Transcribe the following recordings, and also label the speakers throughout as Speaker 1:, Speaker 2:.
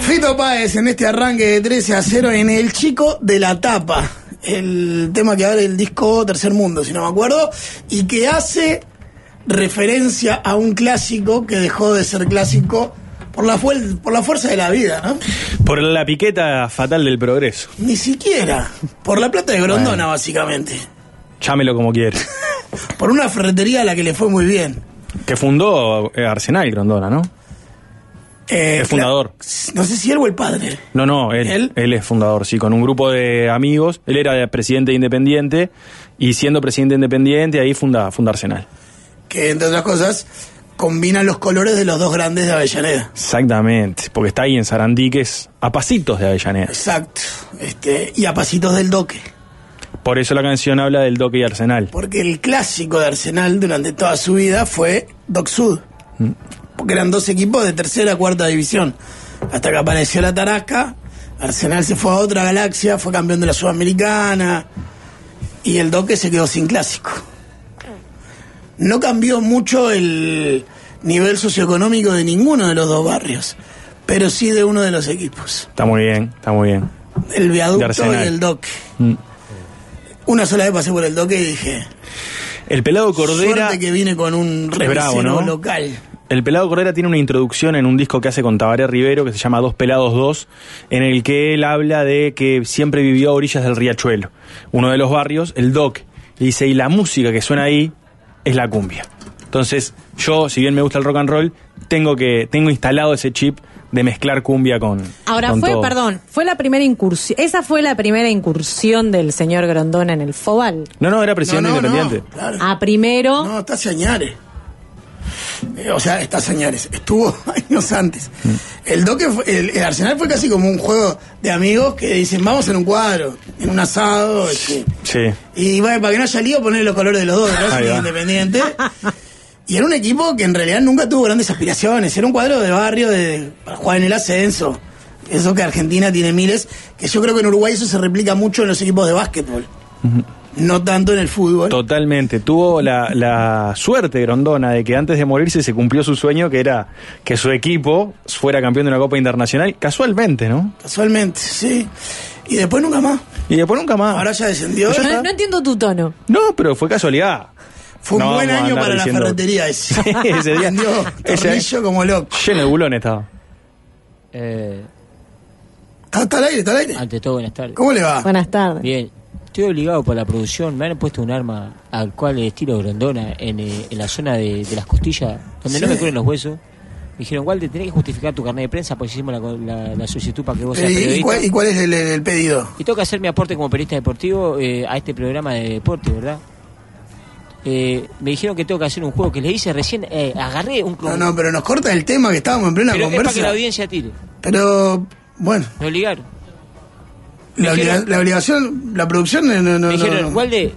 Speaker 1: Fito Páez en este arranque de 13 a 0 en El Chico de la Tapa. El tema que abre el disco Tercer Mundo, si no me acuerdo. Y que hace referencia a un clásico que dejó de ser clásico por la, fuel- por la fuerza de la vida, ¿no?
Speaker 2: Por la piqueta fatal del progreso.
Speaker 1: Ni siquiera. Por la plata de Grondona, básicamente.
Speaker 2: Llámelo como quiera.
Speaker 1: Por una ferretería a la que le fue muy bien.
Speaker 2: Que fundó eh, Arsenal, Grondona, ¿no?
Speaker 1: Eh,
Speaker 2: Es fundador.
Speaker 1: cla- No sé si él o el padre.
Speaker 2: No, no, él,
Speaker 1: ¿Él?
Speaker 2: ¿Él? es fundador, sí, con un grupo de amigos. Él era presidente de Independiente y siendo presidente de Independiente ahí funda, funda Arsenal.
Speaker 1: Que entre otras cosas combinan los colores de los dos grandes de Avellaneda.
Speaker 2: Exactamente, porque está ahí en Sarandí, que es a pasitos de Avellaneda.
Speaker 1: Exacto. Este, y a pasitos del doque.
Speaker 2: Por eso la canción habla del Doque y Arsenal.
Speaker 1: Porque el clásico de Arsenal durante toda su vida fue Doc Sud.
Speaker 2: Mm.
Speaker 1: Porque eran dos equipos de tercera, cuarta división. Hasta que apareció la Tarasca, Arsenal se fue a otra galaxia, fue campeón de la Sudamericana. Y el Doque se quedó sin clásico. No cambió mucho el nivel socioeconómico de ninguno de los dos barrios, pero sí de uno de los equipos.
Speaker 2: Está muy bien, está muy bien.
Speaker 1: El
Speaker 2: De
Speaker 1: viaducto y
Speaker 2: Arsenal.
Speaker 1: el Doque.
Speaker 2: Mm.
Speaker 1: Una sola vez pasé por el Doque y dije,
Speaker 2: El pelado Cordera.
Speaker 1: Suerte que viene con un
Speaker 2: Es bravo,
Speaker 1: remisero
Speaker 2: ¿no?
Speaker 1: local.
Speaker 2: El Pelado Cordera tiene una introducción en un disco que hace con Tabaré Rivero que se llama Dos Pelados Dos, en el que él habla de que siempre vivió a orillas del riachuelo, uno de los barrios, el Doc. Y dice, y la música que suena ahí es la cumbia. Entonces, yo, si bien me gusta el rock and roll, tengo que tengo instalado ese chip de mezclar cumbia con
Speaker 3: Ahora
Speaker 2: con
Speaker 3: fue,
Speaker 2: todo.
Speaker 3: perdón, fue la primera incursión, esa fue la primera incursión del señor Grondona en el Fobal.
Speaker 2: No, no, era presidente
Speaker 1: No, no,
Speaker 2: independiente.
Speaker 1: no, claro.
Speaker 3: A primero,
Speaker 1: No, está Señares. Eh, o sea, está Señares. Estuvo años antes.
Speaker 2: Mm.
Speaker 1: El, doque fue- el, el Arsenal fue casi como un juego de amigos que dicen, vamos en un cuadro, en un asado. este,
Speaker 2: Sí.
Speaker 1: Y bueno, para que no haya lío, poner los colores de los dos, ¿no?
Speaker 2: Ahí va.
Speaker 1: Independiente. Y era un equipo que en realidad nunca tuvo grandes aspiraciones. Era un cuadro de barrio de, para jugar en el ascenso. Eso que Argentina tiene miles. Que yo creo que en Uruguay eso se replica mucho en los equipos de básquetbol. No tanto en el fútbol.
Speaker 2: Totalmente. Tuvo la, la suerte Grondona de que antes de morirse se cumplió su sueño, que era que su equipo fuera campeón de una Copa Internacional, casualmente, ¿no?
Speaker 1: Casualmente, sí. Y después nunca más.
Speaker 2: Y después nunca más.
Speaker 1: Ahora ya descendió.
Speaker 3: no, no entiendo tu tono.
Speaker 2: No, pero fue casualidad.
Speaker 1: Fue un
Speaker 2: No
Speaker 1: buen
Speaker 2: vamos a
Speaker 1: año
Speaker 2: andar
Speaker 1: para
Speaker 2: diciendo-
Speaker 1: la ferretería ese.
Speaker 2: Sí, ese día.
Speaker 1: Vendió
Speaker 2: Ese-
Speaker 1: tornillo como loco.
Speaker 2: Lleno de bulones estaba.
Speaker 4: Eh,
Speaker 1: Está, está al aire, está al aire.
Speaker 2: Ah.
Speaker 4: ante todo, buenas tardes.
Speaker 1: ¿Cómo le va?
Speaker 3: Buenas tardes.
Speaker 4: Bien, estoy obligado por la producción. Me han puesto un arma al cual estilo grondona en, eh, en la zona de, de las costillas, donde
Speaker 1: Sí.
Speaker 4: no me cubren los huesos. Me dijeron, Walter, tenés que justificar tu carnet de prensa porque hicimos la, co- la- la solicitud para que vos
Speaker 1: Pero, Eh,
Speaker 4: seas
Speaker 1: ¿y- ¿Y,
Speaker 4: periodista.
Speaker 1: cuál, y cuál es el, el pedido?
Speaker 4: Y tengo que hacer mi aporte como periodista deportivo eh, a este programa de deporte, ¿verdad? Eh, me dijeron que tengo que hacer un juego que le hice recién. eh, agarré un
Speaker 1: No, no, pero nos corta el tema que estábamos en plena
Speaker 4: Pero es para que la
Speaker 1: conversa.
Speaker 4: audiencia tire.
Speaker 1: Pero, bueno,
Speaker 4: Me obligaron.
Speaker 1: la,
Speaker 4: Me dijeron-
Speaker 1: obliga- la obligación, la producción no, no, no,
Speaker 4: me dijeron,
Speaker 1: no.
Speaker 4: Walde,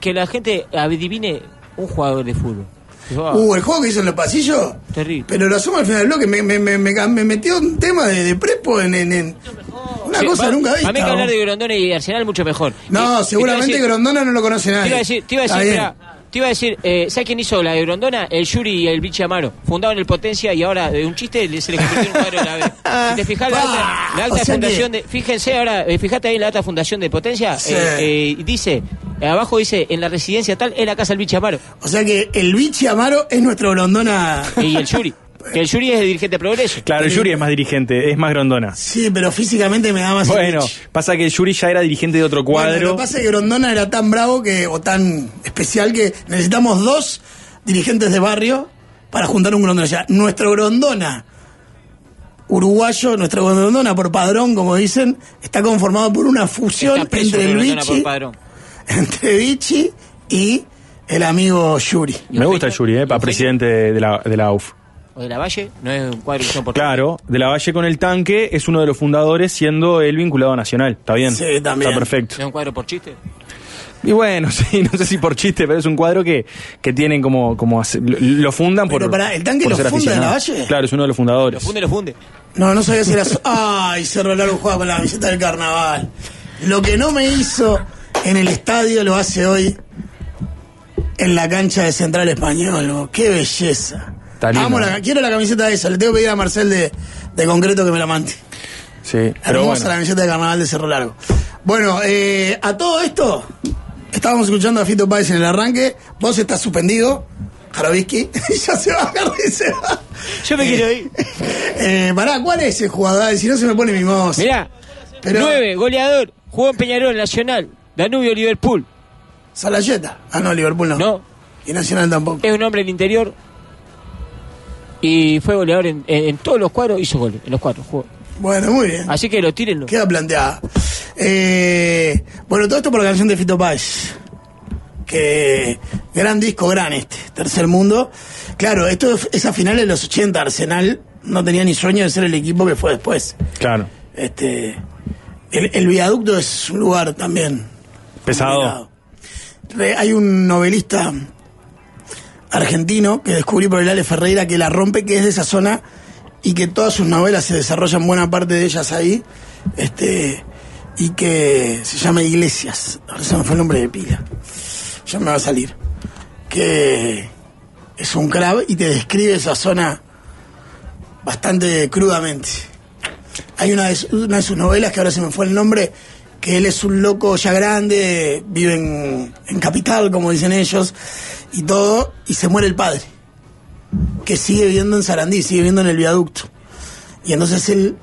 Speaker 4: que la gente adivine un jugador de fútbol. Dijo, ah,
Speaker 1: Uh, el juego que hizo en los pasillos.
Speaker 4: Terrible.
Speaker 1: Pero lo asumo al final del bloque. Me, me, me, me- me metió un tema de, de prepo en. en- en- una
Speaker 4: che,
Speaker 1: cosa
Speaker 4: va-
Speaker 1: nunca vista.
Speaker 4: A mí que hablar
Speaker 1: vos.
Speaker 4: de Grondona y Arsenal mucho mejor.
Speaker 1: No,
Speaker 4: Y- y te iba a
Speaker 1: seguramente
Speaker 4: decir-
Speaker 1: Grondona no lo conoce nadie.
Speaker 4: Te iba a decir, te iba a decir,
Speaker 1: Está bien.
Speaker 4: mirá, te iba a decir, eh, ¿sabes quién hizo la de Grondona? El Yuri y el Vichy Amaro. Fundaron el Potencia y ahora de un chiste le- se le convirtió en un cuadro de la B. Si te fijas la
Speaker 1: Ah,
Speaker 4: alta, la alta
Speaker 1: o sea
Speaker 4: fundación de. Fíjense ahora, eh, fíjate ahí en la alta fundación de Potencia.
Speaker 1: Sí.
Speaker 4: eh, eh, dice, abajo dice, en la residencia tal, es la casa del Vichy Amaro.
Speaker 1: O sea que el bichi Amaro es nuestro Grondona.
Speaker 4: Y el Yuri. Que el Yuri es el dirigente de Progreso.
Speaker 2: Claro, Yuri es más dirigente, es más grondona.
Speaker 1: Sí, pero físicamente me da más. el
Speaker 2: Bueno,
Speaker 1: Vichy.
Speaker 2: pasa que Yuri ya era dirigente de otro
Speaker 1: Bueno, lo
Speaker 2: cuadro.
Speaker 1: que pasa es que Grondona era tan bravo que, o tan especial que necesitamos dos dirigentes de barrio para juntar un Grondona. O sea, nuestro Grondona uruguayo, nuestro Grondona por padrón, como dicen, está conformado por una fusión
Speaker 4: Está preso
Speaker 1: entre
Speaker 4: por Grondona por
Speaker 1: Vichy,
Speaker 4: padrón.
Speaker 1: entre Vichy y el amigo Yuri.
Speaker 2: Me gusta Yuri, eh, para presidente de la, de la UF.
Speaker 4: O de la Valle, no es un cuadro que son por
Speaker 2: Claro, De la Valle con el tanque es uno de los fundadores, siendo él vinculado a Nacional. Está bien.
Speaker 1: Sí, también.
Speaker 2: Está perfecto.
Speaker 4: No es un cuadro por chiste.
Speaker 2: Y bueno, sí, no sé si por chiste, pero es un cuadro que, que tienen como, como hace- lo, lo fundan por.
Speaker 1: Pero pará, ¿el tanque
Speaker 2: por
Speaker 1: lo
Speaker 2: ser
Speaker 1: funda de la
Speaker 2: aficionado.
Speaker 1: Valle?
Speaker 2: Claro, es uno de los
Speaker 4: Lo
Speaker 2: fundadores.
Speaker 4: funde, lo funde.
Speaker 1: No, no sabía si era. so- ¡Ay! Se rolaron jugaba con la camiseta del carnaval. Lo que no me hizo en el estadio lo hace hoy en la cancha de Central Español. bo. ¡Qué belleza!
Speaker 2: Está lindo,
Speaker 1: Amo la-
Speaker 2: ¿no?
Speaker 1: quiero la camiseta de esa. Le tengo que pedir a Marcel de, de concreto que me la mande.
Speaker 2: Sí, pero
Speaker 1: Hermosa
Speaker 2: bueno.
Speaker 1: la camiseta de carnaval de Cerro Largo. Bueno, eh, a todo esto, estábamos escuchando a Fito Páez en el arranque. Vos estás suspendido, Jarovisky. ya se va, Harry, se va.
Speaker 4: Yo me quiero ir.
Speaker 1: Eh, pará, ¿cuál es el jugador? Si no se me pone mi mozo.
Speaker 4: Mirá,
Speaker 1: Pero-
Speaker 4: 9, goleador, jugó en Peñarol, Nacional, Danubio, Liverpool.
Speaker 1: Salayeta. Ah, no, Liverpool no.
Speaker 4: No,
Speaker 1: Y Nacional tampoco.
Speaker 4: es un hombre del interior y fue goleador en, en- en todos los cuadros, hizo goles, en los cuatro jugó.
Speaker 1: Bueno, muy bien.
Speaker 4: Así que lo tírenlo.
Speaker 1: Queda planteada. Eh, bueno, todo esto por la canción de Fito Páez. Que gran disco, gran este. Tercer mundo. Claro, esto es a finales de los 80. Arsenal no tenía ni sueño de ser el equipo que fue después.
Speaker 2: Claro.
Speaker 1: Este, el, el viaducto es un lugar también.
Speaker 2: Pesado.
Speaker 1: Re- Hay un novelista argentino que descubrí por el Ale Ferreira que la rompe, que es de esa zona y que todas sus novelas se desarrollan buena parte de ellas ahí. Este, y que se llama Iglesias. Ahora se me fue el nombre de pila. Ya me va a salir. Que es un crab y te describe esa zona bastante crudamente. Hay una de, su- una de sus novelas que ahora se me fue el nombre, que él es un loco ya grande, vive en, en Capital, como dicen ellos, y todo, y se muere el padre, que sigue viviendo en Sarandí, sigue viviendo en el viaducto. Y entonces él,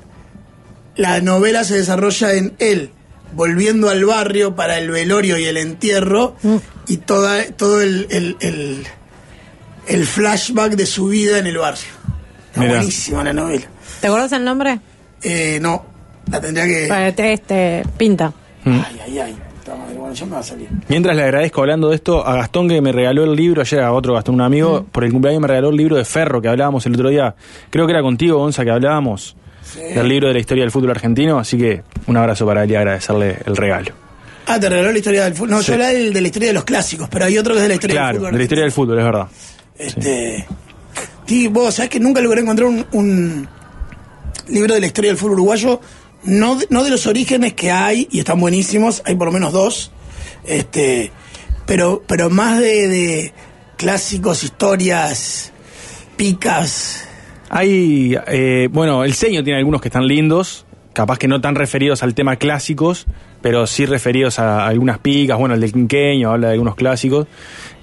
Speaker 1: la novela se desarrolla en él, volviendo al barrio para el velorio y el entierro, y toda, todo el, el- el- el flashback de su vida en el barrio. Está
Speaker 2: Mirá.
Speaker 1: buenísima la novela.
Speaker 3: ¿Te acordás el nombre?
Speaker 1: Eh, no, la tendría que.
Speaker 3: Para Este, este, pinta.
Speaker 1: Ay, ay, ay. Estamos- Bueno, ya me va a salir.
Speaker 2: Mientras le agradezco hablando de esto a Gastón que me regaló el libro, ayer a otro Gastón, un amigo,
Speaker 1: Mm.
Speaker 2: por el cumpleaños me regaló el libro de Ferro que hablábamos el otro día, creo que era contigo, Gonza, que hablábamos del libro de la historia del fútbol argentino, así que un abrazo para él y agradecerle el regalo.
Speaker 1: Ah, te regaló la historia del fútbol. No,
Speaker 2: Sí.
Speaker 1: yo hablaba del- de la historia de los clásicos, pero hay otro que es de la historia del
Speaker 2: Claro,
Speaker 1: fútbol.
Speaker 2: de la historia del fútbol, es verdad.
Speaker 1: Este. Sí, vos sabés que nunca logré encontrar un, un libro de la historia del fútbol uruguayo. No de, no de los orígenes que hay, y están buenísimos, hay por lo menos dos. Este. Pero, pero más de, de clásicos, historias, picas.
Speaker 2: Hay, eh, bueno, el Seño tiene algunos que están lindos, capaz que no tan referidos al tema clásicos, pero sí referidos a algunas picas, bueno, el del quinqueño habla de algunos clásicos,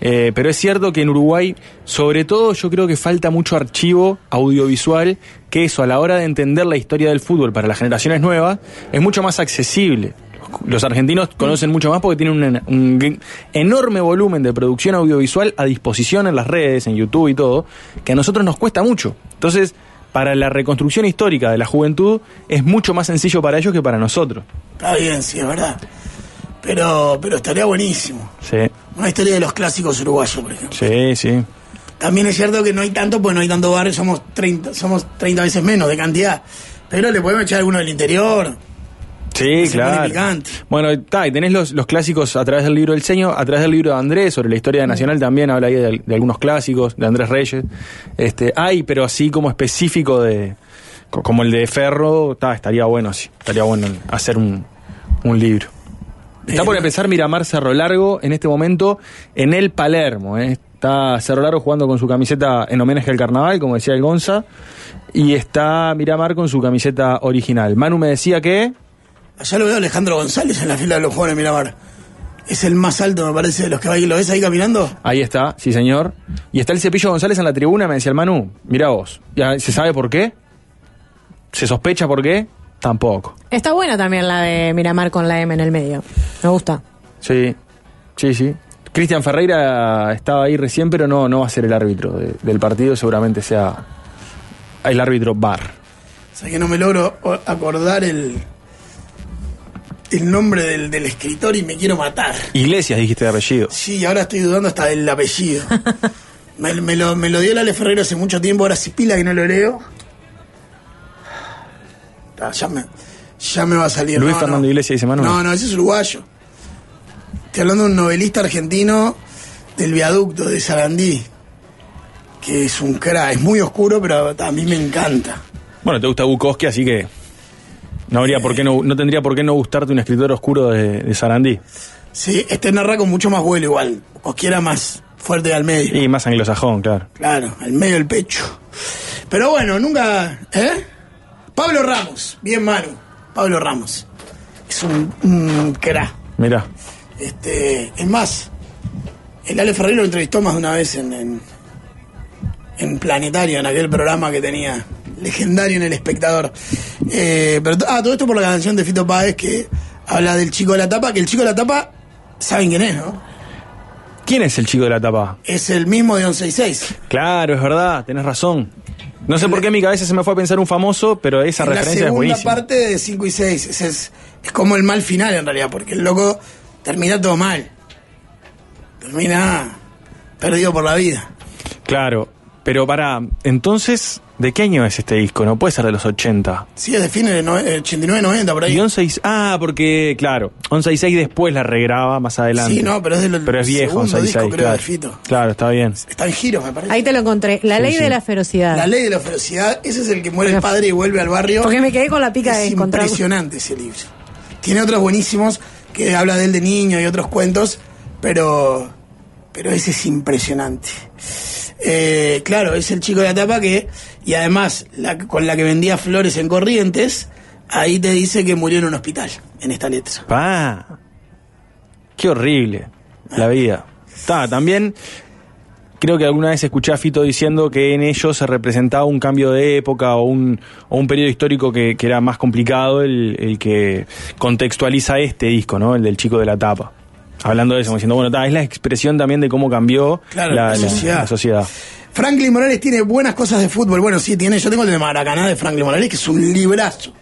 Speaker 2: Eh, pero es cierto que en Uruguay, sobre todo yo creo que falta mucho archivo audiovisual, que eso a la hora de entender la historia del fútbol para las generaciones nuevas es mucho más accesible. Los argentinos conocen mucho más porque tienen un, un gr- enorme volumen de producción audiovisual a disposición en las redes, en YouTube y todo, que a nosotros nos cuesta mucho. Entonces, para la reconstrucción histórica de la juventud es mucho más sencillo para ellos que para nosotros.
Speaker 1: Está bien, sí, es verdad. Pero, pero estaría buenísimo.
Speaker 2: Sí,
Speaker 1: Una historia de los clásicos uruguayos, por ejemplo.
Speaker 2: sí, sí.
Speaker 1: También es cierto que no hay tanto, pues no hay tanto barrio, somos 30, somos 30 veces menos de cantidad. Pero le podemos echar alguno del interior.
Speaker 2: Sí,
Speaker 1: Se pone
Speaker 2: claro.
Speaker 1: picante.
Speaker 2: Bueno, está, y tenés los, los clásicos a través del libro del Seño, a través del libro de Andrés, sobre la historia de
Speaker 1: Mm.
Speaker 2: Nacional también, habla ahí de, de algunos clásicos, de Andrés Reyes. Este, hay, pero así como específico de. co- como el de Ferro, está, estaría bueno, sí. Estaría bueno hacer un, un libro.
Speaker 1: Eh,
Speaker 2: Está por empezar Miramar Cerro Largo en este momento en el Palermo. ¿eh? Está Cerro Largo jugando con su camiseta en homenaje al carnaval, como decía el Gonza. Y está Miramar con su camiseta original. Manu me decía que.
Speaker 1: Allá lo veo a Alejandro González en la fila de los jugadores de Miramar. Es el más alto, me parece, de los que va ahí. ¿Lo ves ahí caminando?
Speaker 2: Ahí está, sí señor. Y está el Cepillo González en la tribuna, me decía el Manu. Mirá vos. ¿Ya ¿Se sabe por qué? ¿Se sospecha por qué? Tampoco.
Speaker 3: Está buena también la de Miramar con la M en el medio. Me gusta.
Speaker 2: Sí, sí, sí. Cristian Ferreira estaba ahí recién, pero no, no va a ser el árbitro de- del partido, seguramente sea el árbitro bar.
Speaker 1: O sea que no me logro o- acordar el, el nombre del, del escritor y me quiero matar.
Speaker 2: Iglesias, dijiste de apellido.
Speaker 1: Sí, ahora estoy dudando hasta del apellido. me, me lo, me lo dio Lale Ferrero hace mucho tiempo, ahora sí pila que no lo leo. Ta, ya, me, ya me va a salir.
Speaker 2: Luis
Speaker 1: no,
Speaker 2: Fernando
Speaker 1: no.
Speaker 2: Iglesias dice Manu.
Speaker 1: No, no, ese es uruguayo. Estoy hablando de un novelista argentino del viaducto de Sarandí, que es un cra, es muy oscuro, pero a mí me encanta.
Speaker 2: Bueno, te gusta Bukowski, así que no, habría por qué no, no tendría por qué no gustarte un escritor oscuro de, de Sarandí.
Speaker 1: Sí, este narra con mucho más vuelo igual, cualquiera más fuerte al medio.
Speaker 2: Y más anglosajón, claro.
Speaker 1: Claro, al medio del pecho. Pero bueno, nunca. ¿Eh? Pablo Ramos, bien Manu. Pablo Ramos. Es un, un cra.
Speaker 2: Mirá.
Speaker 1: Este, es más, el Ale Ferrero lo entrevistó más de una vez en, en, en Planetario, en aquel programa que tenía legendario en El Espectador. Eh, pero, ah, todo esto por la canción de Fito Páez que habla del chico de la tapa, que el chico de la tapa, ¿saben quién es, no?
Speaker 2: ¿Quién es el chico de la tapa?
Speaker 1: Es el mismo de 166.
Speaker 2: Claro, es verdad, tenés razón. No sé por qué en mi cabeza se me fue a pensar un famoso, pero esa
Speaker 1: En la
Speaker 2: referencia es
Speaker 1: segunda
Speaker 2: buenísima.
Speaker 1: parte de 5 y 6. Es, es, es como el mal final en realidad, porque el loco termina todo mal. Termina perdido por la vida.
Speaker 2: Claro, pero para, entonces, ¿de qué año es este disco? No puede ser de los 80.
Speaker 1: Sí, es de fines de no- eh, 89-90 por ahí.
Speaker 2: Y 11 y- ah, porque, claro, 11 y 6 después la regraba más adelante.
Speaker 1: Sí, no, pero es del
Speaker 2: Pero es viejo,
Speaker 1: segundo
Speaker 2: 11 y
Speaker 1: disco,
Speaker 2: 6,
Speaker 1: creo,
Speaker 2: claro.
Speaker 1: de Fito.
Speaker 2: Claro, está bien.
Speaker 1: Está en giros, me parece.
Speaker 3: Ahí te lo encontré. La ley
Speaker 2: sí.
Speaker 3: de la ferocidad.
Speaker 1: La ley de la ferocidad, ese es el que muere el padre y vuelve al barrio.
Speaker 3: Porque me quedé con la pica de
Speaker 1: es
Speaker 3: encontrar.
Speaker 1: impresionante ese libro. Tiene otros buenísimos que habla de él de niño y otros cuentos, pero pero ese es impresionante. Eh, claro, es el chico de la tapa que y además la- con la que vendía flores en Corrientes, ahí te dice que murió en un hospital en esta letra.
Speaker 2: Pa. Qué horrible la vida. Está, también creo que alguna vez escuché a Fito diciendo que en ellos se representaba un cambio de época o un, o un periodo histórico que, que era más complicado el, el que contextualiza este disco, ¿no? El del chico de la tapa. Hablando de eso, como diciendo, bueno, ta, es la expresión también de cómo cambió
Speaker 1: Claro,
Speaker 2: la,
Speaker 1: la sociedad.
Speaker 2: la sociedad.
Speaker 1: Franklin Morales tiene buenas cosas de fútbol. Bueno, sí, tiene. Yo tengo el de Maracaná de Franklin Morales, que es un librazo.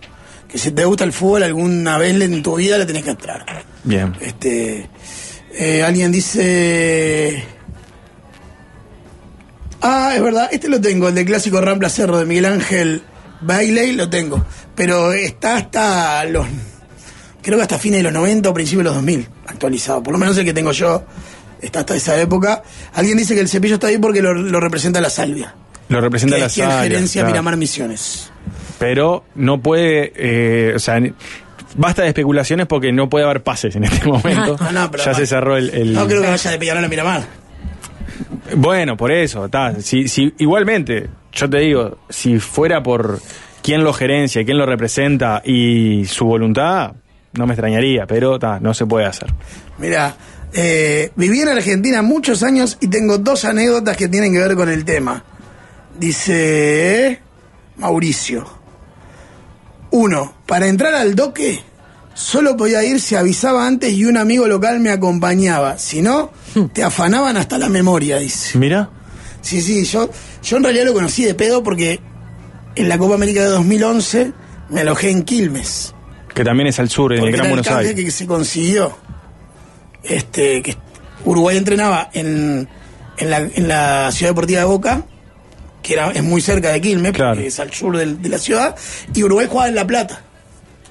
Speaker 1: Que si te gusta el fútbol alguna vez en tu vida le tenés que entrar.
Speaker 2: Bien.
Speaker 1: Este, eh, alguien dice. Ah, es verdad, este lo tengo, el del clásico Rampla Cerro de Miguel Ángel Bailey, lo tengo. Pero está hasta los. Creo que hasta fines de los 90 o principios de los 2000, actualizado. Por lo menos el que tengo yo está hasta esa época. Alguien dice que el cepillo está ahí porque lo, lo representa la salvia.
Speaker 2: Lo
Speaker 1: Que
Speaker 2: representa la
Speaker 1: es quien
Speaker 2: sala,
Speaker 1: gerencia
Speaker 2: claro.
Speaker 1: Miramar Misiones.
Speaker 2: pero no puede, eh, o sea, ni- basta de especulaciones porque no puede haber pases en este momento.
Speaker 1: No, no, pero-
Speaker 2: ya se cerró el... el-
Speaker 1: No creo que vaya de Peñarol a Miramar.
Speaker 2: Bueno, por eso, ta, si, si, igualmente, yo te digo, si fuera por quién lo gerencia, quién lo representa y su voluntad, no me extrañaría, pero ta, no se puede hacer.
Speaker 1: Mira, eh, viví en Argentina muchos años y tengo dos anécdotas que tienen que ver con el tema. Dice Mauricio. Uno, para entrar al doque solo podía ir si avisaba antes y un amigo local me acompañaba. Si no, te afanaban hasta la memoria, dice.
Speaker 2: Mira,
Speaker 1: Sí, sí, yo, yo en realidad lo conocí de pedo porque en la Copa América de 2011 me alojé en Quilmes.
Speaker 2: que también es al sur, en el
Speaker 1: Porque
Speaker 2: Gran
Speaker 1: era
Speaker 2: Buenos
Speaker 1: canje
Speaker 2: Aires.
Speaker 1: que se consiguió. Este, que Uruguay entrenaba en, en, la, en la ciudad deportiva de Boca, que era, es muy cerca de Quilmes,
Speaker 2: Claro.
Speaker 1: porque es al sur del- de la ciudad, y Uruguay jugaba en La Plata.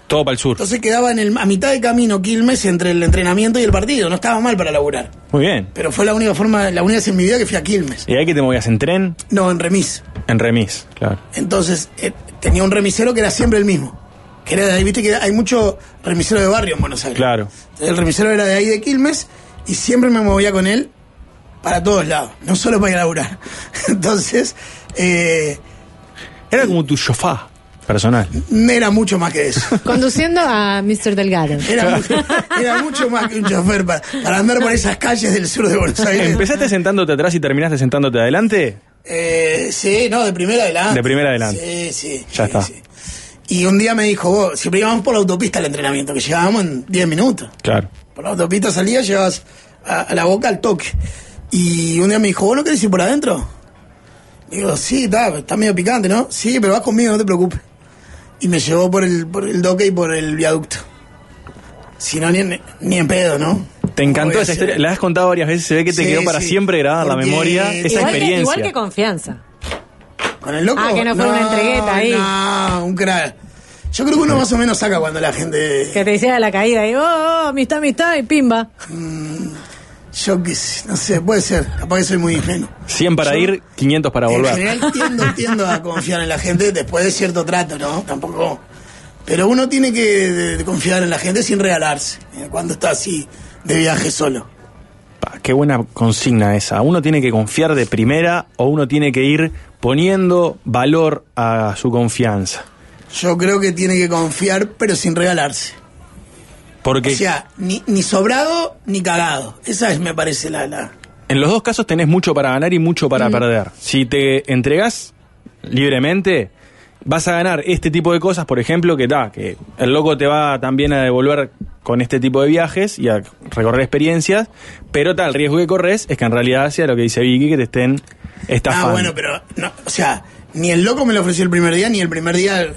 Speaker 2: Todo para el sur.
Speaker 1: Entonces quedaba en el, a mitad de camino Quilmes entre el entrenamiento y el partido. No estaba mal para laburar.
Speaker 2: Muy bien.
Speaker 1: Pero fue la única forma, la única vez en mi vida que fui a Quilmes.
Speaker 2: ¿Y ahí que te movías en tren?
Speaker 1: No, en remis.
Speaker 2: En remis, claro.
Speaker 1: Entonces, eh, tenía un remisero que era siempre el mismo. Que era de ahí, viste que hay mucho remisero de barrio en Buenos Aires.
Speaker 2: Claro.
Speaker 1: El remisero era de ahí de Quilmes y siempre me movía con él para todos lados, no solo para ir a laburar. Entonces, eh,
Speaker 2: Era como tu sofá personal.
Speaker 1: era mucho más que eso.
Speaker 3: Conduciendo a Mr. Delgado.
Speaker 1: Era, mucho, era mucho más que un chofer para, para andar por esas calles del sur de Buenos Aires.
Speaker 2: ¿Empezaste sentándote atrás y terminaste sentándote adelante?
Speaker 1: Eh, sí, no, de primera adelante.
Speaker 2: De primera
Speaker 1: Sí,
Speaker 2: adelante.
Speaker 1: sí.
Speaker 2: Ya
Speaker 1: sí,
Speaker 2: está.
Speaker 1: sí. Y un día me dijo, vos, siempre íbamos por la autopista al entrenamiento, que llegábamos en 10 minutos.
Speaker 2: Claro.
Speaker 1: Por la autopista salía, llevabas a, a la boca al toque. Y un día me dijo, ¿vos no querés ir por adentro? Digo, sí, está, está medio picante, ¿no? Sí, pero vas conmigo, no te preocupes. Y me llevó por el, por el doque y por el viaducto. Si no, ni en, ni en pedo, ¿no?
Speaker 2: Te encantó
Speaker 1: Voy a
Speaker 2: esa
Speaker 1: hacer-
Speaker 2: historia. La has contado varias veces. Se ve que te
Speaker 1: Sí,
Speaker 2: quedó para
Speaker 1: sí.
Speaker 2: siempre grabada en la
Speaker 1: Porque-
Speaker 2: memoria esa
Speaker 1: Igual
Speaker 3: que,
Speaker 2: experiencia.
Speaker 3: igual que confianza.
Speaker 1: ¿Con el loco?
Speaker 3: Ah, que no fue una entregueta ahí.
Speaker 1: No, un crack. Yo creo que uno más o menos saca cuando la gente...
Speaker 3: Que te hiciera la caída y, oh, oh, amistad, amistad, y pimba.
Speaker 1: Yo qué sé, no sé, puede ser. Capaz que soy muy ingenuo.
Speaker 2: 100 para
Speaker 1: Yo-
Speaker 2: ir, 500 para
Speaker 1: En
Speaker 2: volver.
Speaker 1: general tiendo, tiendo a confiar en la gente después de cierto trato, ¿no? Tampoco. Pero uno tiene que de- de confiar en la gente sin regalarse, eh, cuando está así de viaje solo.
Speaker 2: Pa, qué buena consigna esa. Uno tiene que confiar de primera o uno tiene que ir poniendo valor a su confianza.
Speaker 1: Yo creo que tiene que confiar, pero sin regalarse.
Speaker 2: Porque
Speaker 1: O sea, ni, ni sobrado ni cagado. Esa es, me parece, la. la...
Speaker 2: en los dos casos tenés mucho para ganar y mucho para perder. Si te entregas libremente, vas a ganar este tipo de cosas, por ejemplo, que ta, que el loco te va también a devolver con este tipo de viajes y a recorrer experiencias, pero tal, el riesgo que corres es que en realidad sea lo que dice Vicky, que te estén estafando.
Speaker 1: Ah, bueno, pero. No, o sea, ni el loco me lo ofreció el primer día, ni el primer día.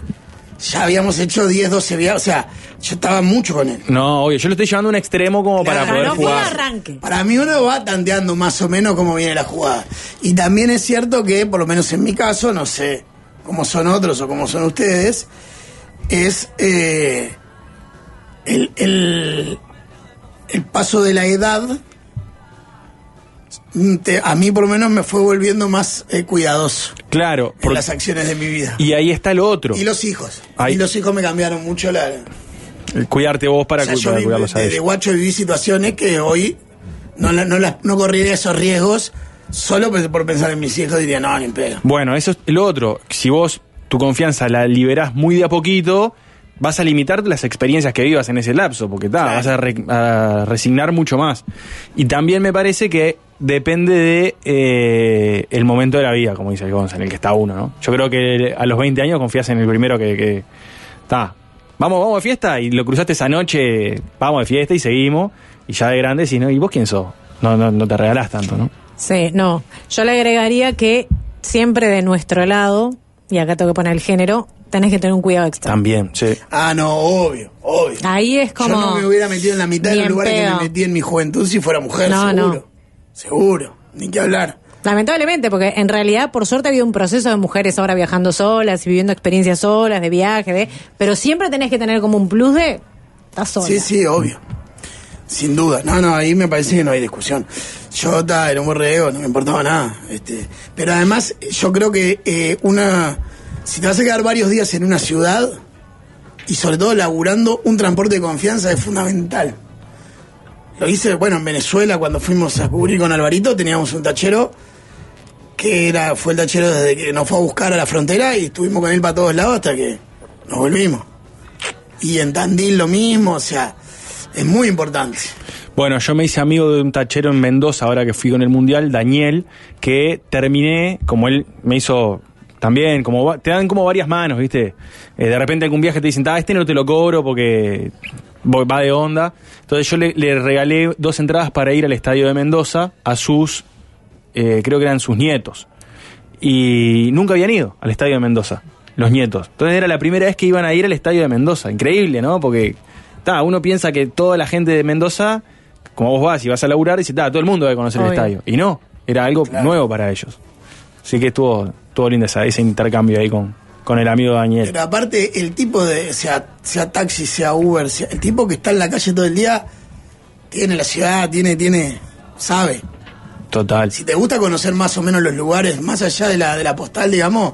Speaker 1: Ya habíamos hecho 10, 12 viajes. O sea, yo estaba mucho con él.
Speaker 2: No, obvio, yo lo estoy llevando a un extremo como para
Speaker 1: Claro,
Speaker 2: poder
Speaker 3: no fue
Speaker 2: jugar.
Speaker 3: arranque.
Speaker 1: Para mí uno va tanteando más o menos cómo viene la jugada. Y también es cierto que, por lo menos en mi caso, no sé cómo son otros o cómo son ustedes, es eh, el, el- el paso de la edad. mm, te- a mí por lo menos me fue volviendo más eh, cuidadoso
Speaker 2: Claro,
Speaker 1: por
Speaker 2: porque-
Speaker 1: las acciones de mi vida. Y,
Speaker 2: y ahí está lo otro.
Speaker 1: los hijos.
Speaker 2: Ahí-
Speaker 1: Y los hijos me cambiaron mucho la...
Speaker 2: El Cuidarte vos para,
Speaker 1: O sea,
Speaker 2: cu-
Speaker 1: yo
Speaker 2: para
Speaker 1: vi-
Speaker 2: cuidarlos a
Speaker 1: de,
Speaker 2: ellos.
Speaker 1: de guacho viví situaciones que hoy no, la- no, las- no correría esos riesgos solo pues, por, por pensar en mis hijos diría no, ni en pedo.
Speaker 2: Bueno, eso es lo otro. Si vos tu confianza la liberás muy de a poquito, vas a limitar las experiencias que vivas en ese lapso, porque ta,
Speaker 1: Claro.
Speaker 2: vas a, re- a resignar mucho más. Y también me parece que depende de eh, el momento de la vida, como dice el Gonza, en el que está uno, ¿no? Yo creo que a los 20 años confías en el primero que... que ta, vamos, vamos de fiesta, y lo cruzaste esa noche, vamos de fiesta y seguimos, y ya de grande decís, ¿no? ¿y vos quién sos? No, no, no te regalás tanto, ¿no?
Speaker 3: Sí, no. Yo le agregaría que siempre de nuestro lado, y acá tengo que poner el género, tenés que tener un cuidado extra.
Speaker 2: También, sí.
Speaker 1: Ah, no, obvio, obvio.
Speaker 3: Ahí Ah, es como.
Speaker 1: Yo no me hubiera metido en la mitad de
Speaker 3: Ni
Speaker 1: los
Speaker 3: en
Speaker 1: lugares que
Speaker 3: pedo.
Speaker 1: me metí en mi juventud si fuera mujer,
Speaker 3: No,
Speaker 1: seguro.
Speaker 3: no.
Speaker 1: Seguro, ni que hablar.
Speaker 3: Lamentablemente, porque en realidad, por suerte, ha habido un proceso de mujeres ahora viajando solas y viviendo experiencias solas, de viaje, de. Pero siempre tenés que tener como un plus de. Estás sola.
Speaker 1: Sí, sí, obvio. Sin duda. No, no, ahí me parece que no hay discusión. Yo ta, era un borrego, no me importaba nada. Este, pero además, yo creo que eh, una. Si te vas a quedar varios días en una ciudad, y sobre todo laburando, un transporte de confianza es fundamental. Lo hice, bueno, en Venezuela, cuando fuimos a cubrir con Alvarito, teníamos un tachero que era, fue el tachero desde que nos fue a buscar a la frontera y estuvimos con él para todos lados hasta que nos volvimos. Y en Tandil lo mismo, o sea, es muy importante.
Speaker 2: Bueno, yo me hice amigo de un tachero en Mendoza ahora que fui con el Mundial, Daniel, que terminé, como él me hizo también, como va- te dan como varias manos, ¿viste? Eh, de repente algún viaje te dicen, ah, este no te lo cobro porque voy- va de onda. Entonces yo le, le regalé dos entradas para ir al estadio de Mendoza a sus, eh, creo que eran sus nietos. Y nunca habían ido al estadio de Mendoza, los nietos. Entonces era la primera vez que iban a ir al estadio de Mendoza. Increíble, ¿no? Porque ta, uno piensa que toda la gente de Mendoza, como vos vas y vas a laburar, dice, ta, todo el mundo va a conocer el
Speaker 3: Obvio.
Speaker 2: estadio. Y no, era algo nuevo para ellos. Así que estuvo, estuvo lindo esa- ese intercambio ahí con, con el amigo Daniel.
Speaker 1: Pero aparte, el tipo de, sea, sea taxi, sea Uber, sea, el tipo que está en la calle todo el día, tiene la ciudad, tiene, tiene, sabe.
Speaker 2: Total.
Speaker 1: Si te gusta conocer más o menos los lugares, más allá de la, de la postal, digamos,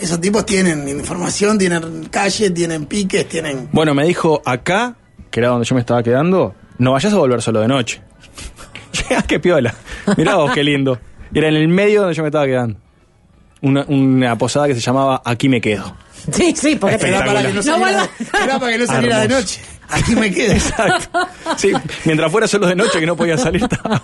Speaker 1: esos tipos tienen información, tienen calle, tienen piques, tienen...
Speaker 2: Bueno, me dijo acá, que era donde yo me estaba quedando, no vayas a volver solo de noche. Llegás, qué piola. Mirá vos, qué lindo. Era en el medio donde yo me estaba quedando. Una, una posada que se llamaba Aquí me quedo.
Speaker 3: Sí, sí, porque te
Speaker 1: Era para que no
Speaker 3: No
Speaker 1: saliera,
Speaker 3: vuelvas.
Speaker 1: era para que no saliera de
Speaker 2: Hermoso.
Speaker 1: noche. Aquí me quedo.
Speaker 2: Exacto. Sí, mientras fuera solo de noche que no podía salir. estaba.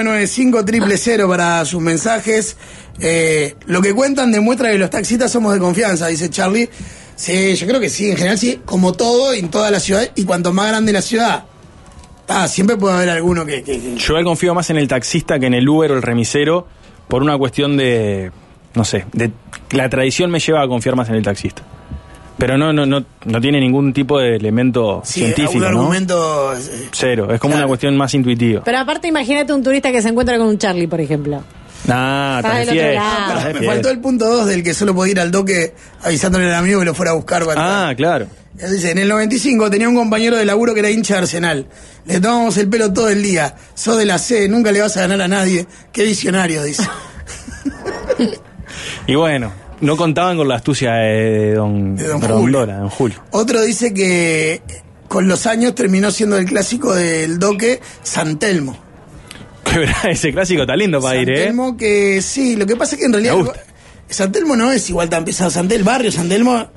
Speaker 1: 092-995-000 para sus mensajes. Eh, lo que cuentan demuestra que los taxistas somos de confianza, dice Charlie. Sí, yo creo que sí, en general sí, como todo, en toda la ciudad, y cuanto más grande la ciudad, ah, siempre puede haber alguno que... que- que-
Speaker 2: Yo confío más en el taxista que en el Uber o el remisero por una cuestión de, no sé, de la tradición me lleva a confiar más en el taxista. Pero no, no, no, no tiene ningún tipo de elemento
Speaker 1: Sí,
Speaker 2: científico,
Speaker 1: algún
Speaker 2: ¿no?
Speaker 1: argumento... eh,
Speaker 2: Cero, es como
Speaker 1: Claro.
Speaker 2: una cuestión más intuitiva.
Speaker 3: Pero aparte, imagínate un turista que se encuentra con un Charlie, por ejemplo.
Speaker 2: Ah,
Speaker 3: Está
Speaker 2: estás de
Speaker 3: del otro
Speaker 2: fiesta,
Speaker 3: lado.
Speaker 2: estás de
Speaker 1: Me
Speaker 2: fiesta.
Speaker 1: faltó el punto 2 del que solo podía ir al doque avisándole al amigo que lo fuera a buscar. para atrás.
Speaker 2: Ah, claro.
Speaker 1: Él Dice, en el 95 tenía un compañero de laburo que era hincha de Arsenal. Le tomábamos el pelo todo el día. Sos de la C, nunca le vas a ganar a nadie. Qué visionario, dice.
Speaker 2: Y bueno, no contaban con la astucia de don,
Speaker 1: De don
Speaker 2: perdón,
Speaker 1: Julio.
Speaker 2: Dora, don Julio.
Speaker 1: Otro dice que con los años terminó siendo el clásico del doque San Telmo.
Speaker 2: Que verdad, ese clásico está lindo para
Speaker 1: San
Speaker 2: ir, ¿eh?
Speaker 1: Telmo que sí, lo que pasa es que en realidad
Speaker 2: Me gusta.
Speaker 1: el- Santelmo no es igual tan pesado. Santel barrio, Santelmo.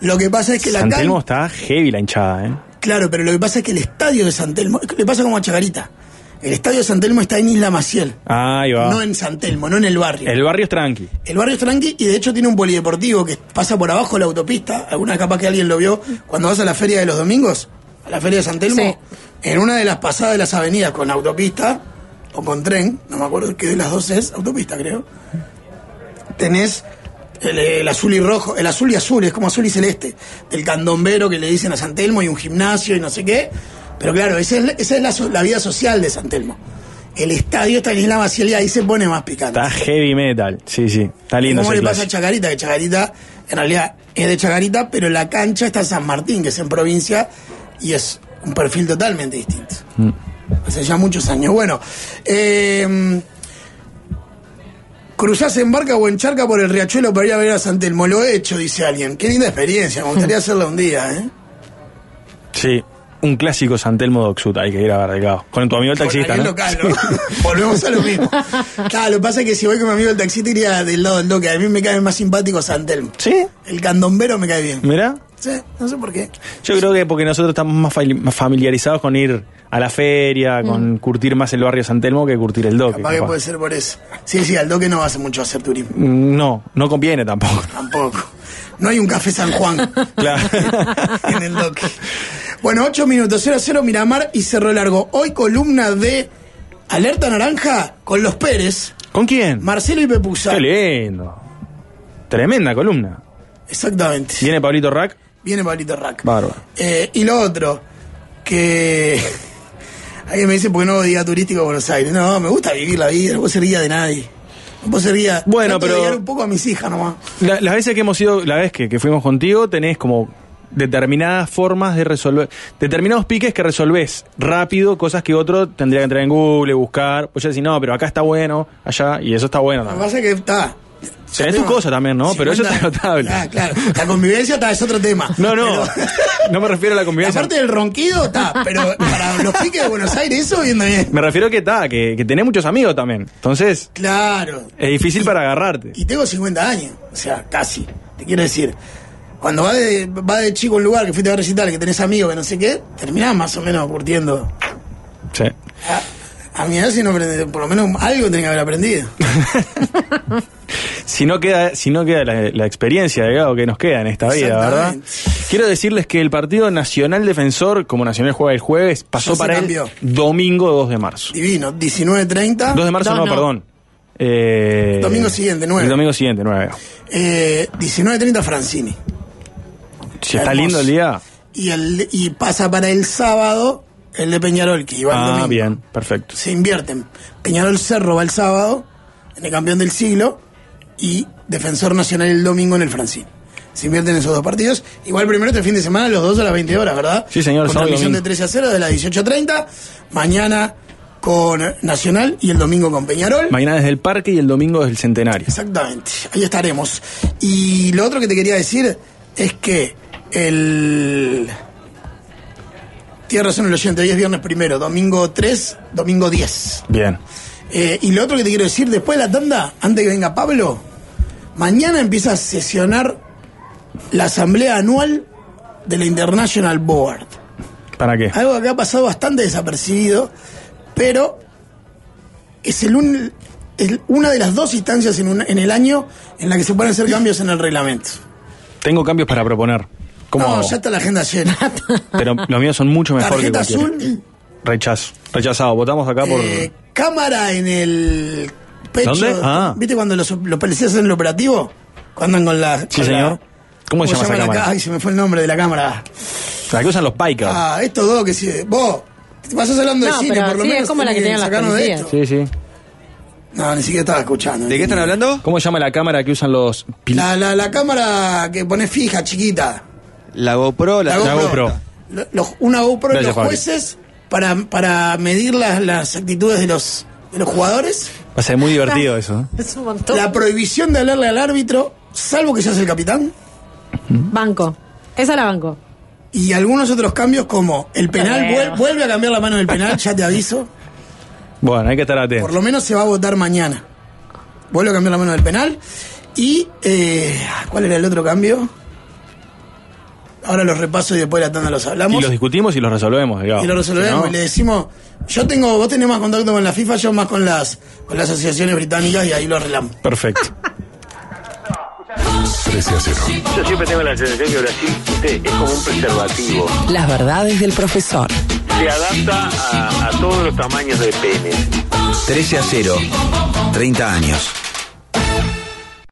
Speaker 1: Lo que pasa es que la
Speaker 2: San
Speaker 1: can-
Speaker 2: Telmo está heavy la hinchada, ¿eh?
Speaker 1: Claro, pero lo que pasa es que el estadio de Santelmo. Le pasa como a Chacarita. El estadio de Santelmo está en Isla Maciel.
Speaker 2: Ahí va.
Speaker 1: No en Santelmo, no en el barrio.
Speaker 2: El barrio es tranqui.
Speaker 1: El barrio es tranqui y de hecho tiene un polideportivo que pasa por abajo de la autopista. Alguna capaz que alguien lo vio cuando vas a la feria de los domingos, a la feria de San Telmo,
Speaker 3: Sí.
Speaker 1: en una de las pasadas de las avenidas con autopista o con tren, no me acuerdo qué de las dos es, autopista creo. Tenés el, el azul y rojo, el azul y azul, es como azul y celeste, del candombero que le dicen a San Telmo y un gimnasio y no sé qué. Pero claro, esa es, la- esa es la, so- la vida social de San Telmo. El estadio está en Isla Maciel y ahí se pone más picante.
Speaker 2: Está heavy metal. Sí, sí. Está
Speaker 1: ¿Y
Speaker 2: lindo
Speaker 1: ¿Cómo
Speaker 2: ese
Speaker 1: le pasa a
Speaker 2: clásico.
Speaker 1: Chacarita? Que Chacarita, en realidad, es de Chacarita, pero la cancha está en San Martín, que es en provincia, y es un perfil totalmente distinto.
Speaker 2: Mm.
Speaker 1: Hace ya muchos años. Bueno, eh, cruzás en barca o en charca por el riachuelo para ir a ver a San Telmo. Lo he hecho, dice alguien. Qué linda experiencia, me gustaría hacerla un día, ¿eh?
Speaker 2: Sí. Un clásico Santelmo Doxut, hay que ir a ver, delgado. Con tu amigo el taxista,
Speaker 1: Con
Speaker 2: ¿no?
Speaker 1: alguien local, ¿no? Volvemos a lo mismo. Claro, lo que pasa es que si voy con mi amigo el taxista iría del lado del doque. A mí me cae más simpático San Telmo.
Speaker 2: Sí.
Speaker 1: El candombero me cae bien.
Speaker 2: Mira.
Speaker 1: Sí, no sé por qué.
Speaker 2: Yo creo que porque nosotros estamos más fali- más familiarizados con ir a la feria, con curtir más el barrio Santelmo que curtir el doque.
Speaker 1: Mm. Capaz que
Speaker 2: capaz.
Speaker 1: puede ser por eso. Sí, sí, al doque no hace mucho hacer turismo.
Speaker 2: No, no conviene tampoco.
Speaker 1: Tampoco. No hay un café San Juan
Speaker 2: Claro.
Speaker 1: en el doque. Bueno, 8 minutos, 0-0 Miramar y Cerro Largo. Hoy columna de Alerta Naranja con los Pérez,
Speaker 2: ¿Con quién?
Speaker 1: Marcelo y Pepusa.
Speaker 2: Qué lindo. Tremenda columna.
Speaker 1: Exactamente.
Speaker 2: Viene Pablito Rack.
Speaker 1: Viene Pablito Rack.
Speaker 2: Bárbaro.
Speaker 1: Eh, y lo otro, que alguien me dice, ¿por qué no diga turístico a Buenos Aires? No, me gusta vivir la vida, no puedo ser guía de nadie. No puedo ser guía.
Speaker 2: Bueno,
Speaker 1: Trato de
Speaker 2: pero-
Speaker 1: guiar un poco a mis hijas nomás.
Speaker 2: La- las veces que hemos ido, la vez que, que fuimos contigo, tenés como determinadas formas de resolver, determinados piques que resolvés rápido, cosas que otro tendría que entrar en Google, buscar, pues ya decís, no, pero acá está bueno, allá, y eso está bueno
Speaker 1: Lo que
Speaker 2: también.
Speaker 1: pasa es que está.
Speaker 2: Tenés tus cosas también, ¿no? Pero eso está notable.
Speaker 1: Ah, claro. La convivencia está, es otro tema.
Speaker 2: No, no,
Speaker 1: Pero-
Speaker 2: no me refiero a la
Speaker 1: la
Speaker 2: convivencia.
Speaker 1: parte del ronquido está, pero para los piques de Buenos Aires, eso viendo bien.
Speaker 2: Me refiero que está, que, que tenés muchos amigos también. Entonces,
Speaker 1: Claro.
Speaker 2: es difícil para agarrarte.
Speaker 1: Y tengo 50 años, o sea, casi. Te quiero decir, cuando vas de, va de chico a un lugar que fuiste a recitar, que tenés amigos, que no sé qué, terminás más o menos curtiendo.
Speaker 2: Sí.
Speaker 1: A, a mi edad, si no aprendí- por lo menos algo tenés que haber aprendido.
Speaker 2: Si no queda, si no queda la, la experiencia, digamos, que nos queda en esta vida, ¿verdad?
Speaker 1: Exactamente.
Speaker 2: Quiero decirles que el partido Nacional Defensor, como Nacional juega el jueves, pasó
Speaker 1: Ya se
Speaker 2: para
Speaker 1: cambió.
Speaker 2: el domingo 2 de marzo.
Speaker 1: Divino, 19.30.
Speaker 2: 2 de marzo,
Speaker 3: Dos
Speaker 2: no,
Speaker 3: no.
Speaker 2: perdón. Eh,
Speaker 1: Domingo siguiente, nueve.
Speaker 2: El domingo siguiente, 9.
Speaker 1: Eh, 19.30 Francini.
Speaker 2: Si está
Speaker 1: Hermoso.
Speaker 2: lindo el día.
Speaker 1: y, el, y pasa para el sábado el de Peñarol, que iba el
Speaker 2: Ah,
Speaker 1: domingo.
Speaker 2: bien, perfecto.
Speaker 1: Se invierten. Peñarol Cerro va el sábado, en el campeón del siglo, y Defensor Nacional el domingo en el Francín. Se invierten en esos dos partidos. Igual primero este fin de semana, los dos a las 20 horas, ¿verdad?
Speaker 2: Sí, señor,
Speaker 1: Con
Speaker 2: sábado y
Speaker 1: transmisión de
Speaker 2: domingo.
Speaker 1: 13 a 0 de las 18.30. Mañana con Nacional y el domingo con Peñarol.
Speaker 2: Mañana desde el parque y el domingo desde el centenario.
Speaker 1: Exactamente, ahí estaremos. Y lo otro que te quería decir es que el... Tienes razón el oyente, hoy es viernes primero, domingo 3, domingo 10.
Speaker 2: Bien.
Speaker 1: Eh, y lo otro que te quiero decir, después de la tanda, antes que venga Pablo, mañana empieza a sesionar la asamblea anual de la International Board.
Speaker 2: ¿Para qué?
Speaker 1: Algo que ha pasado bastante desapercibido, pero es el un- el- una de las dos instancias en, un- en el año en la que se pueden hacer cambios en el reglamento.
Speaker 2: Tengo cambios para proponer. ¿Cómo
Speaker 1: No,
Speaker 2: hago?
Speaker 1: ya está la agenda llena.
Speaker 2: Pero los míos son mucho mejor que
Speaker 1: Tarjeta
Speaker 2: cualquiera.
Speaker 1: azul,
Speaker 2: Rechazo. Rechazado. Votamos acá por.
Speaker 1: eh, cámara en el pecho.
Speaker 2: ¿Dónde? Ah.
Speaker 1: ¿Viste cuando los, los policías hacen el operativo? Cuando andan con la...
Speaker 2: Sí,
Speaker 1: con la-
Speaker 2: señor. ¿Cómo, se llama esa
Speaker 1: la
Speaker 2: cámara?
Speaker 1: ca- Ay, se me fue el nombre de la cámara.
Speaker 2: La que usan los Picas.
Speaker 1: Ah, estos dos que si... Vos, te pasás hablando
Speaker 3: No,
Speaker 1: de cine,
Speaker 3: pero
Speaker 1: por lo
Speaker 3: sí, es
Speaker 1: menos.
Speaker 3: como la que
Speaker 1: tenés
Speaker 3: tenían las
Speaker 1: sacarnos de
Speaker 3: policías.
Speaker 1: esto.
Speaker 2: Sí, sí.
Speaker 1: No, ni siquiera estaba escuchando.
Speaker 5: ¿De qué están hablando?
Speaker 2: ¿Cómo se llama la cámara que usan los pil-
Speaker 1: La, la, la cámara que pones fija, chiquita.
Speaker 5: La GoPro, la,
Speaker 2: La GoPro.
Speaker 1: Lo- los- una GoPro en
Speaker 2: Gracias,
Speaker 1: los
Speaker 2: Fabri.
Speaker 1: jueces para, para medir las, las actitudes de los, de los jugadores.
Speaker 2: Va a ser muy
Speaker 1: Ah.
Speaker 2: divertido eso. ¿eh?
Speaker 3: Es un montón.
Speaker 1: La prohibición de hablarle al árbitro, salvo que seas el capitán.
Speaker 3: Banco. Esa la banco.
Speaker 1: Y algunos otros cambios como el penal,
Speaker 3: Bueno.
Speaker 1: vuel- vuelve a cambiar la mano del penal, ya te aviso.
Speaker 2: Bueno, hay que estar
Speaker 1: Por
Speaker 2: atentos.
Speaker 1: lo menos se va a votar mañana. Vuelve a cambiar la mano del penal. Y, eh, ¿cuál era el otro cambio? Ahora los repaso y después de la tanda los hablamos.
Speaker 2: Y los discutimos y los resolvemos, digamos.
Speaker 1: y lo resolvemos
Speaker 2: Si no,
Speaker 1: y le decimos, yo tengo, vos tenés más contacto con la FIFA, yo más con las con las asociaciones británicas y ahí lo arreglamos.
Speaker 2: Perfecto.
Speaker 5: 13 a 0.
Speaker 6: Yo siempre tengo la sensación que Brasil viste, es como un preservativo.
Speaker 7: Las verdades del profesor.
Speaker 6: Se adapta a, a todos los tamaños de pene.
Speaker 8: 13 a 0. 30 años.